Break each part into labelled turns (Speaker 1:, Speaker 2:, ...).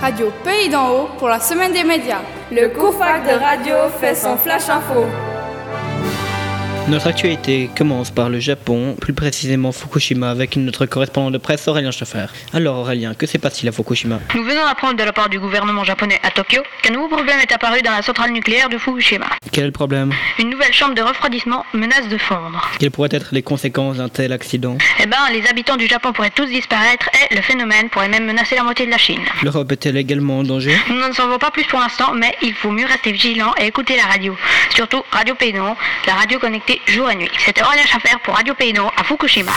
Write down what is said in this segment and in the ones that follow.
Speaker 1: Radio Pays d'en haut pour la semaine des médias.
Speaker 2: Le COFAC de radio fait son flash info.
Speaker 3: Notre actualité commence par le Japon, plus précisément Fukushima, avec notre correspondant de presse Aurélien Schaffer. Alors Aurélien, que s'est passé à Fukushima
Speaker 4: Nous venons d'apprendre de la part du gouvernement japonais à Tokyo qu'un nouveau problème est apparu dans la centrale nucléaire de Fukushima.
Speaker 3: Quel problème
Speaker 4: Une nouvelle chambre de refroidissement menace de fondre.
Speaker 3: Quelles pourraient être les conséquences d'un tel accident
Speaker 4: Eh ben, les habitants du Japon pourraient tous disparaître et le phénomène pourrait même menacer la moitié de la Chine.
Speaker 3: L'Europe est-elle également en danger
Speaker 4: Nous n'en savons pas plus pour l'instant, mais il faut mieux rester vigilant et écouter la radio. Surtout Radio Pays d'en haut, la radio connectée jour et nuit. C'était Aurélien Schaffer pour Radio Pays d'en haut à Fukushima.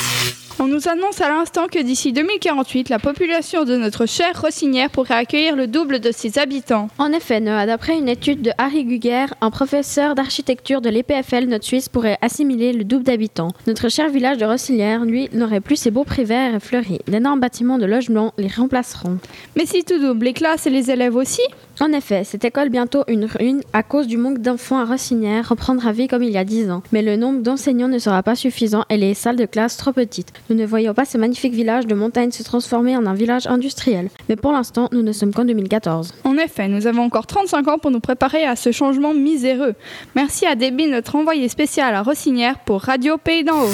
Speaker 1: On nous annonce à l'instant que d'ici 2048, la population de notre chère Rossinière pourrait accueillir le double de ses habitants.
Speaker 5: En effet, Noah, d'après une étude de Harry Guger, un professeur d'architecture de l'EPFL, notre Suisse pourrait assimiler le double d'habitants. Notre cher village de Rossinière, lui, n'aurait plus ses beaux prés verts et fleuris. D'énormes bâtiments de logements les remplaceront.
Speaker 1: Mais si tout double, les classes et les élèves aussi
Speaker 5: En effet, cette école, bientôt une ruine à cause du manque d'enfants à Rossinière, reprendra vie comme il y a 10 ans. Mais le nombre d'enseignants ne sera pas suffisant et les salles de classe trop petites. Nous ne voyons pas ce magnifique village de montagne se transformer en un village industriel. Mais pour l'instant, nous ne sommes qu'en 2014.
Speaker 1: En effet, nous avons encore 35 ans pour nous préparer à ce changement miséreux. Merci à Debbie, notre envoyée spéciale à Rossinière pour Radio Pays d'en haut.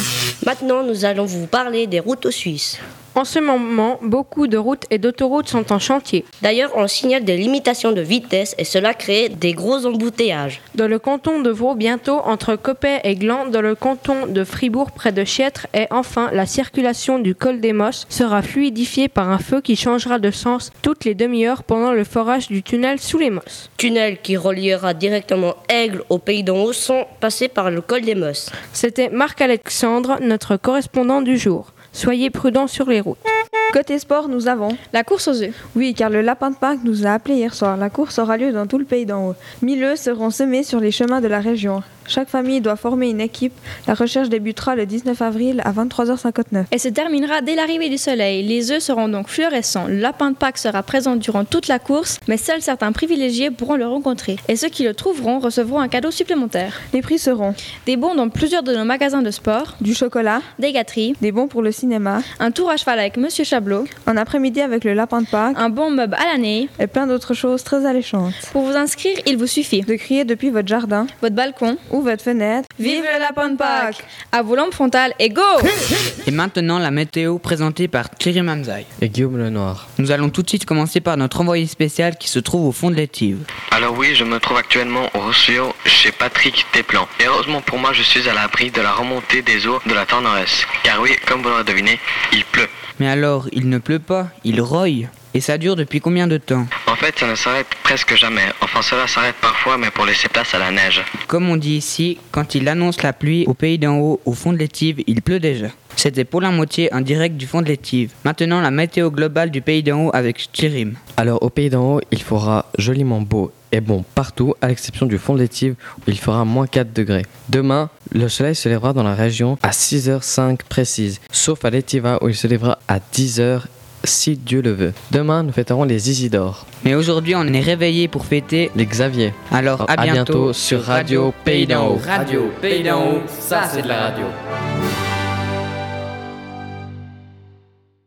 Speaker 6: Maintenant, nous allons vous parler des routes aux Suisses.
Speaker 7: En ce moment, beaucoup de routes et d'autoroutes sont en chantier.
Speaker 6: D'ailleurs, on signale des limitations de vitesse et cela crée des gros embouteillages.
Speaker 7: Dans le canton de Vaud, bientôt entre Coppet et Gland, dans le canton de Fribourg, près de Chiètre, et enfin, la circulation du col des Mosses sera fluidifiée par un feu qui changera de sens toutes les demi-heures pendant le forage du tunnel sous les Mosses.
Speaker 6: Tunnel qui reliera directement Aigle au pays d'en haut sans passer par le col des Mosses.
Speaker 7: C'était Marc-Alexandre, notre correspondant du jour. Soyez prudents sur les routes.
Speaker 8: Côté sport, nous avons.
Speaker 9: La course aux œufs.
Speaker 8: Oui, car le lapin de Pâques nous a appelé hier soir. La course aura lieu dans tout le pays d'en haut. Mille œufs seront semés sur les chemins de la région. Chaque famille doit former une équipe. La recherche débutera le 19 avril à 23h59.
Speaker 9: Et se terminera dès l'arrivée du soleil. Les œufs seront donc fluorescents. Le lapin de Pâques sera présent durant toute la course, mais seuls certains privilégiés pourront le rencontrer. Et ceux qui le trouveront recevront un cadeau supplémentaire.
Speaker 8: Les prix seront
Speaker 9: des bons dans plusieurs de nos magasins de sport,
Speaker 8: du chocolat,
Speaker 9: des gâteries,
Speaker 8: des bons pour le cinéma,
Speaker 9: un tour à cheval avec Monsieur Chablot,
Speaker 8: un après-midi avec le lapin de Pâques,
Speaker 9: un bon meuble à l'année
Speaker 8: et plein d'autres choses très alléchantes.
Speaker 9: Pour vous inscrire, il vous suffit
Speaker 8: de crier depuis votre jardin,
Speaker 9: votre balcon
Speaker 8: ou votre fenêtre.
Speaker 9: Vive le lapin de Pâques À vos lampes frontales et go
Speaker 10: Et maintenant la météo présentée par Thierry Mamzaï.
Speaker 11: Et Guillaume Lenoir.
Speaker 10: Nous allons tout de suite commencer par notre envoyé spécial qui se trouve au fond de l'étive.
Speaker 12: Alors oui, je me trouve actuellement au Rossio chez Patrick Desplan. Et heureusement pour moi, je suis à l'abri de la remontée des eaux de la Tanneresse. Car oui, comme vous l'aurez deviné, il pleut.
Speaker 10: Mais alors, il ne pleut pas, il roille. Et ça dure depuis combien de temps
Speaker 12: En fait, ça ne s'arrête presque jamais. Enfin, cela s'arrête parfois, mais pour laisser place à la neige.
Speaker 10: Comme on dit ici, quand il annonce la pluie au pays d'en haut, au fond de l'étive, il pleut déjà. C'était pour la moitié un direct du fond de l'étive. Maintenant, la météo globale du pays d'en haut avec Chirim.
Speaker 11: Alors, au pays d'en haut, il fera joliment beau et bon partout, à l'exception du fond de l'étive où il fera moins 4 degrés. Demain, le soleil se lèvera dans la région à 6h05 précise, sauf à l'étiva où il se lèvera à 10h si Dieu le veut. Demain, nous fêterons les Isidores.
Speaker 10: Mais aujourd'hui, on est réveillé pour fêter
Speaker 11: les Xavier.
Speaker 10: Alors, à,
Speaker 11: à
Speaker 10: bientôt,
Speaker 11: bientôt, sur Radio Pays d'en haut.
Speaker 13: Radio Pays d'en haut, ça c'est de la radio.